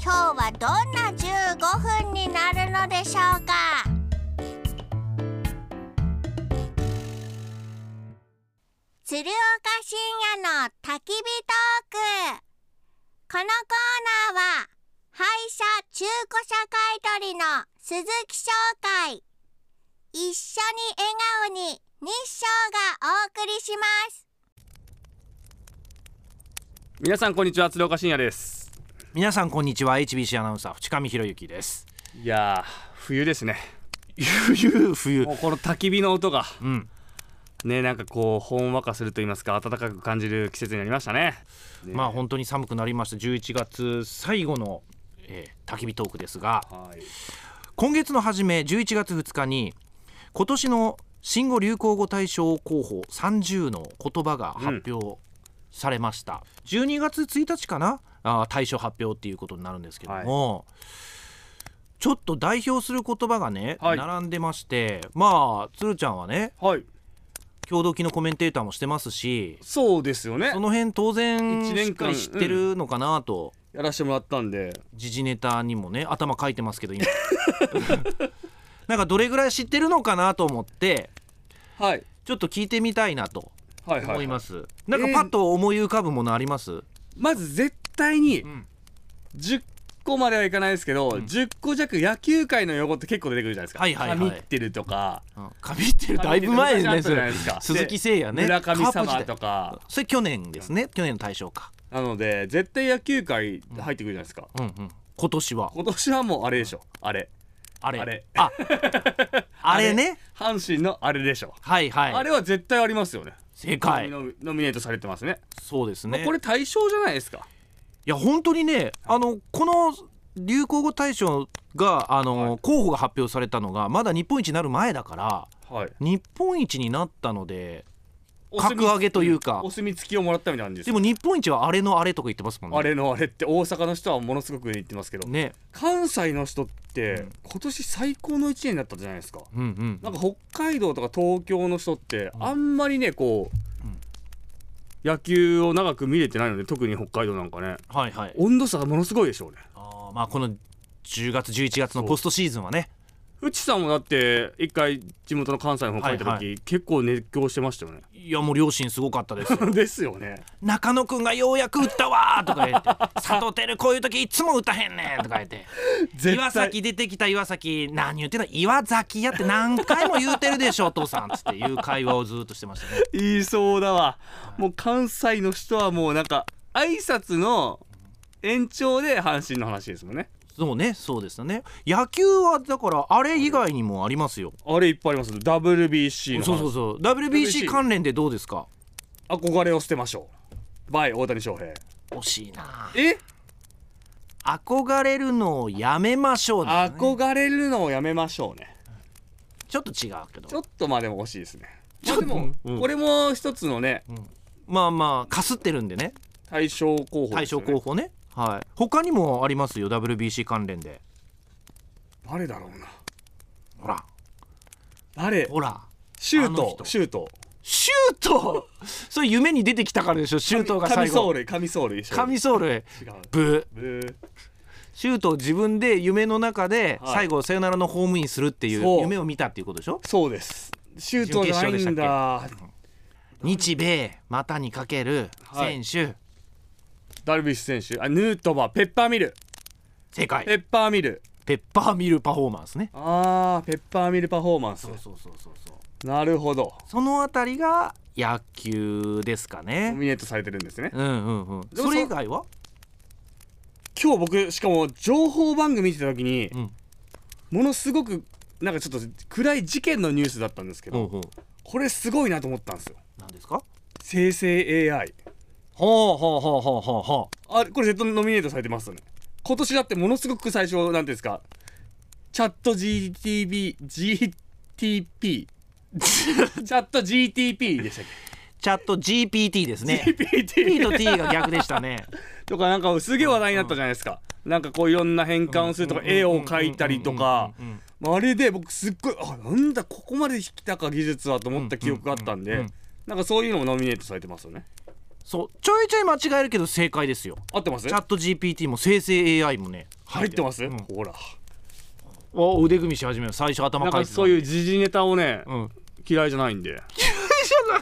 今日はどんな15分になるのでしょうか鶴岡深夜の焚き火トークこのコーナーは廃車中古車買取の鈴木商会一緒に笑顔に日照がお送りします皆さんこんにちは鶴岡深夜です皆さんこんにちは HBC アナウンサー淵上博之ですいやー冬ですね冬冬もうこの焚き火の音がうんねなんかこうほんわかすると言いますか暖かく感じる季節になりましたね まあ本当に寒くなりました11月最後の、えー、焚き火トークですがはい今月の初め11月2日に今年の新語・流行語大賞候補30の言葉が発表されました、12月1日かなあー大賞発表っていうことになるんですけども、ちょっと代表する言葉がね、はい並んでましてまあ鶴ちゃんはねはい共同期のコメンテーターもしてますしそうですよねその辺当然一年間しっかり知ってるのかなと、やらしてもらったんで時事ネタにもね頭書いてますけど今 なんかどれぐらい知ってるのかなと思ってはいちょっと聞いてみたいなとはいはい、思いまます、なんかパッと思い浮かぶものあります、ず絶対にん10個まではいかないですけど、10個弱野球界の用語って結構出てくるじゃないですか、はいはいはい神ってるとかうんかびってるだいぶ前ですねそ昔あったれじゃないですか鈴木誠也ねで村上カープ時様代とかそれ去年ですね去年の大賞かなので絶対野球界入ってくるじゃないですか、うんうん今年は今年はもうあれでしょあれあれあれああれね阪神のあれでしょ、はいはいあれは絶対ありますよね正解ノミノミネートされてますねそうですねこれ対象じゃないですかいや本当にねあのこの流行語大賞があの、候補が発表されたのがまだ日本一になる前だからはい日本一になったので格上げというかお墨付きをもらったみたいな感じですでも日本一はあれのあれとか言ってますもんねあれのあれって大阪の人はものすごく言ってますけど、ね関西の人って今年最高の1年だったじゃないですか、うんうんなんか北海道とか東京の人ってあんまりねこう、うん野球を長く見れてないので特に北海道なんかねはいはい温度差がものすごいでしょうねあーまあこの10月11月のポストシーズンはねうちさんもだって一回地元の関西の方帰った時、はいは結構熱狂してましたよねいやもう両親すごかったですよですよね 中野くんがようやく打ったわーとか言って 「佐藤輝こういう時いつも打たへんねん」とか言って絶岩崎出てきた岩崎何言ってんの岩崎やって何回も言うてるでしょお父さんっつっていう会話をずっとしてましたね言いそうだわもう関西の人はもうなんか挨拶の延長で阪神の話ですもんね そうねそうですよね野球はだからあれ以外にもありますよあれいっぱいあります WBC そうの話そうそう WBC 関連でどうですか憧れを捨てましょうバイ大谷翔平惜しいなえ憧れるのをやめましょうだよね、憧れるのをやめましょうねちょっと違うけちょどっとまあでも惜しいですねちまょあっでともうんこれも一つのねまあまあかすってるんでね対象候補ですよね対象候補ねはい他にもありますよ WBC 関連で誰だろうなほら誰ほらシューあのト人シュートシュート それ夢に出てきたからでしょシュートが最神走後塁神走塁神走塁違うブブーシュートを自分で夢の中ではい最後さよならのホームインするっていそうう夢を見たっていうことでしょそうですシュートじゃないん準決だ日米股にかけるはい選手、ダルビッシュ選手あヌートバーペッパーミル正ペ解ッパーミルペッパーミルパフォーマンスねあーペッパーミルパフォーマンスそうそうそうそうそうなるほどそのあたりが野球ですかノねミネートされてるんですねうんうんうんでもそそれ以外は今日僕しかも情報番組見てた時にうんものすごくなんかちょっと暗い事件のニュースだったんですけほうどほうこれすごいなと思ったんですよ何ですか生成 AI ほうほうほうほうほうほあこれ絶対ノミネートされてますよねう今年だってものすごく最初なんていうんですかチャット GTP GTP チ ャット GTP でしたっチャット GPT ですねけ GPT P と T が逆でしたねとかなんかすげえ話題になったじゃないですか、なんかこういろんな変換をするとか、うん絵を描いたりとかうんうんうんうん、まああれで僕すっごいあなんだここまで来たか技術はと思った記憶があったんで、うんうんうんなんかそういうのもノミネートされてますよねそうちょいちょい間違えるけど正解ですよ合ってますチャット GPT も生成 AI もね入ってます、うんほらお腕組みし始める最初な頭んかいかてたそういう時事ネタをね、うん嫌いじゃないんで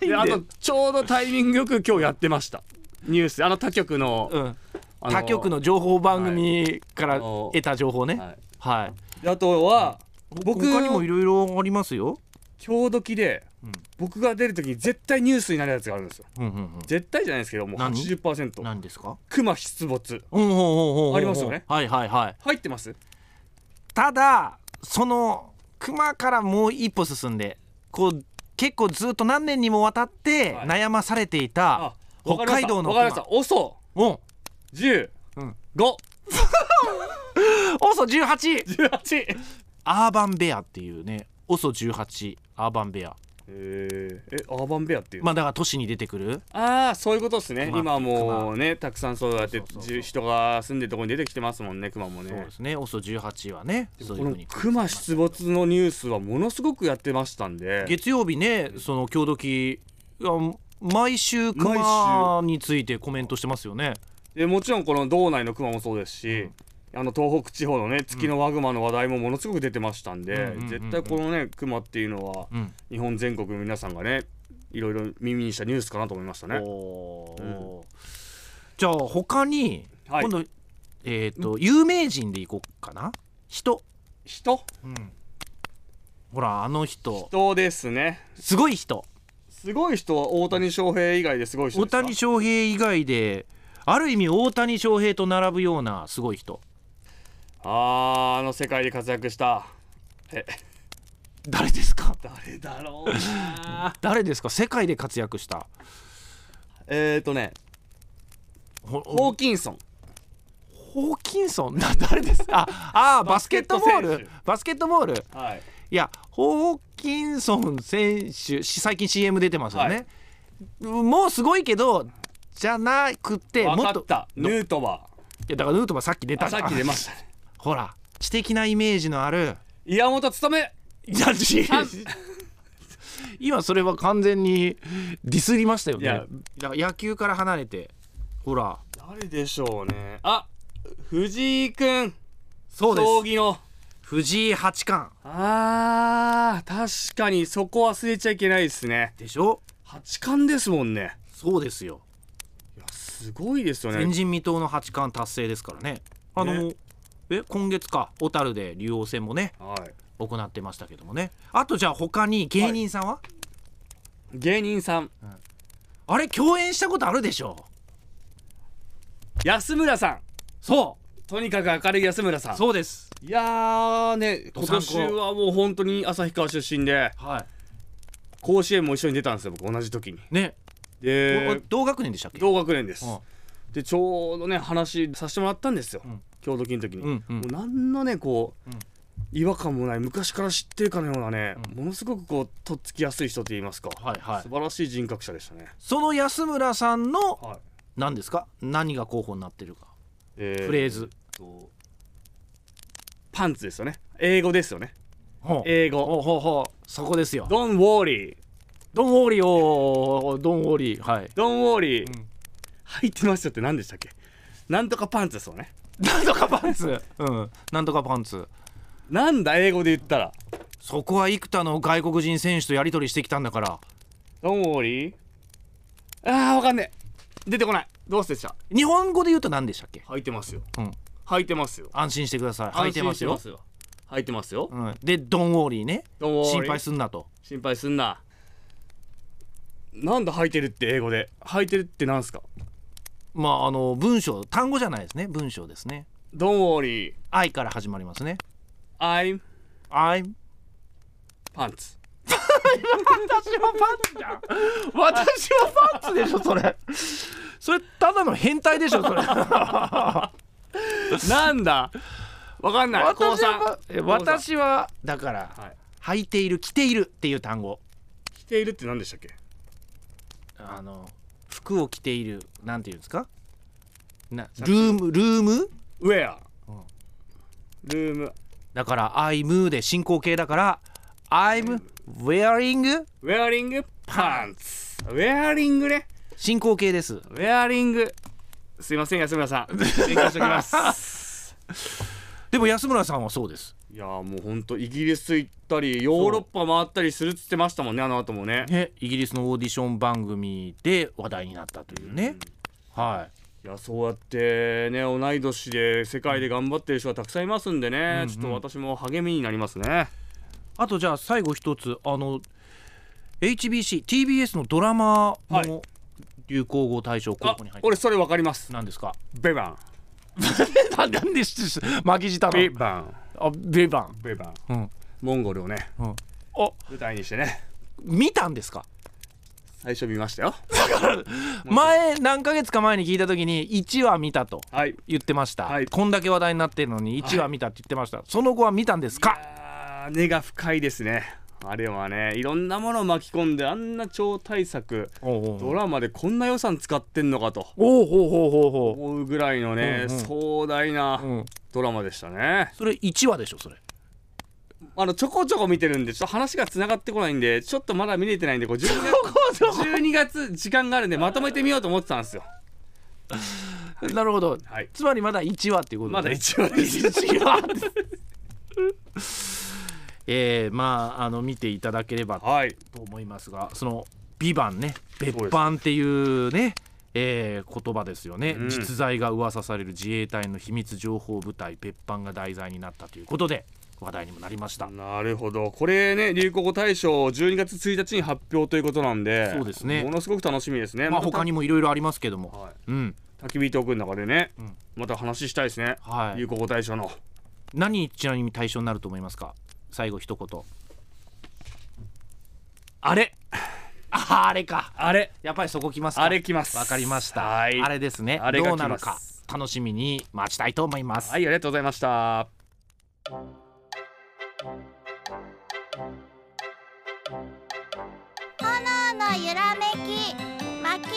じでゃなあいんでとちょうどタイミングよく今日やってましたニュースあの他局の,、うんあの他局の情報番組からあの得た情報ねはいはいあとは僕他にもいのろいろありますよ強時で、僕が出る時に絶対ニュースになるやつがあるんですようんうんうん絶対じゃないですけどもう何80%何ですかクマ出没うんほうほうほうほうありますよねはいはいはい入ってますただその熊からもう一歩進んでこう結構ずっと何年にもわたってはい悩まされていたあわ北かりまし海た道のわかりました熊 OSO お1うん5オソ18 18アーバンベアっていうねオソ18アーバンベアえー、えアーバンベアっていう、まあだから都市に出てくるああそういうことですね熊今もうねたくさんそうやってそうそうそうじゅ人が住んでるところに出てきてますもんねクマもそうねですね OSO18 はねそういこうふうのにクマ出没のニュースはものすごくやってましたんで月曜日ねその強時あ毎週熊についてコメントしてますよねでもちろんこの道内のクマもそうですし、あの東北地方のね月のワグマの話題もものすごく出てましたんで、うんうんうんうん絶対このねクマっていうのはうん日本全国皆さんがねいろいろ耳にしたニュースかなと思いましたね。おーうじゃあ他に、はい今度えっ、と有名人でいこうかな人、人ほらあの人人ですねすごい人すごい人は大谷翔平以外ですごい人大ですか谷翔平以外である意味大谷翔平と並ぶようなすごい人あーあの世界で活躍したえ誰ですか誰だろう な誰ですか世界で活躍したえっとねホホーキンソンホーキンソンな 誰ですかああーバスケットバスボーケットル選バスケットボールはいいやホーキンソン選手し最近 CM 出てますよね、もうすごいけどじゃなくて分もかっっとたヌのいートバやだからヌートバーさっき出ーたあじゃさんっき出ましたね ほら知的なイメージのある岩本勤めいや違う 今それは完全にディスりましたよねいやだから野球から離れてほら誰でしょうねあ藤井君そうで将す棋の藤井八冠あー確かにそこ忘れちゃいけないですねでしょ八冠ですもんねそうですよいやすごいですよ前ね人未到の八冠達成ですからねあのねえ今月か小樽で竜王戦もねはい行ってましたけどもねあとじゃあ他に芸人さんは、芸人さんあれ共演したことあるでしょ安村さんそとにかく明るい安村さうんそうですいやーねど今さんこ年はもう本当に旭川出身では甲子園も一緒に出たんですよ僕同じ時にいね、でお同学年でしたっけ同学年ですうんでちょうどね話させてもらったんですよん郷土金の時に、うんうんもう何のねこう、うん違和感もない昔から知ってるかのようなね、ものすごくこうとっつきやすい人と言いますか、はいはい素晴らしい人格者でしたね、その安村さんのはい何ですか何が候補になってるかえフレーズ、とパンツですよね英語ですよねほう英語ほうほうほうそこですよドン・ウォーリードンウォーリーをドンウォーリーはいドン・ウォーリー、うん履いてましたって何でしたっけなんとかパンツですよねなんとかパンツうんなんとかパンツなんだ英語で言ったらそこは幾多の外国人選手とやり取りしてきたんだからドン・ウォーリーあーわかんねえ出てこないどうしてでした日本語で言うと何でしたっけ、履いてますようん、履いてますよ安心してください履いてますよ安心してよ履いてますようん、でドン・ウォーリーねドンウォーリー心配すんなと心配すんななんだ履いてるって英語で履いてるってなんすかまああの文章単語じゃないですね文章ですね Don't worry 「I」から始まりますね I'm 「I'm パンツ」私はパンツじゃん私 はパンツでしょそれそれただの変態でしょそれなんだわかんない高私三はえ高三私はだからはい履いている着ているっていう単語着ているって何でしたっけあの服を着ているなんていうんですかなルームルームウェア、うんルームだから I'm で進行形だから I'm wearing ウェアリングパンツウェアリングね進行形ですウェアリングすいません安村さん勉強しておき ますでも安村さんはそうですいやーもうほんとイギリス行ったりヨーロッパ回ったりするっつってましたもんねあの後もねねイギリスのオーディション番組で話題になったというね、はいやそうやってね同い年で世界で頑張ってる人がたくさんいますんでね、ちょっと私も励みになりますねいあとじゃあ最後一つあの HBCTBS のドラマはいも流行語大賞候あ補に入って俺それわかります何ですかベバンななんでし 巻き舌ベバンあベバン、ベバンうんモンゴルをねうん、あ舞台にしてね見たんですか最初見ましたよ前何ヶ月か前に聞いた時に1話見たとはい言ってました、はいこんだけ話題になってるのに1話見たって言ってました、その後は見たんですかあー根が深いですねあれはねいろんなものを巻き込んであんな超大作おうおうドラマでこんな予算使ってんのかとおうほうほうほうほ思うぐらいのね、うんうん壮大なう、うん、ドラマでしたねそれ1話でしょそれあのちょこちょこ見てるんでちょっと話がつながってこないんでちょっとまだ見れてないんでこう12月12月時間があるんでまとめてみようと思ってたんですよなるほどはいつまりまだ1話っていうことまだで一話です1話 えー、まああの見ていただければ はいと思いますがその「ビバンね「別班」っていうねえー言葉ですよね、うん実在が噂される自衛隊の秘密情報部隊別班が題材になったということで話題にもなりました、なるほどこれね流行語大賞12月1日に発表ということなんでそうですねものすごく楽しみですねまあた他にもいろいろありますけども、はいうん焚き火トークの中でね、んまた話したいですね、はい流行語大賞の何ちなみに対象になると思いますか最後一言あれああれかあれやっぱりそこ来ますかあれきますわかりましたあはいれですねあれが来どうますなるか楽しみに待ちたいと思います、はいありがとうございました炎の揺らめき薪の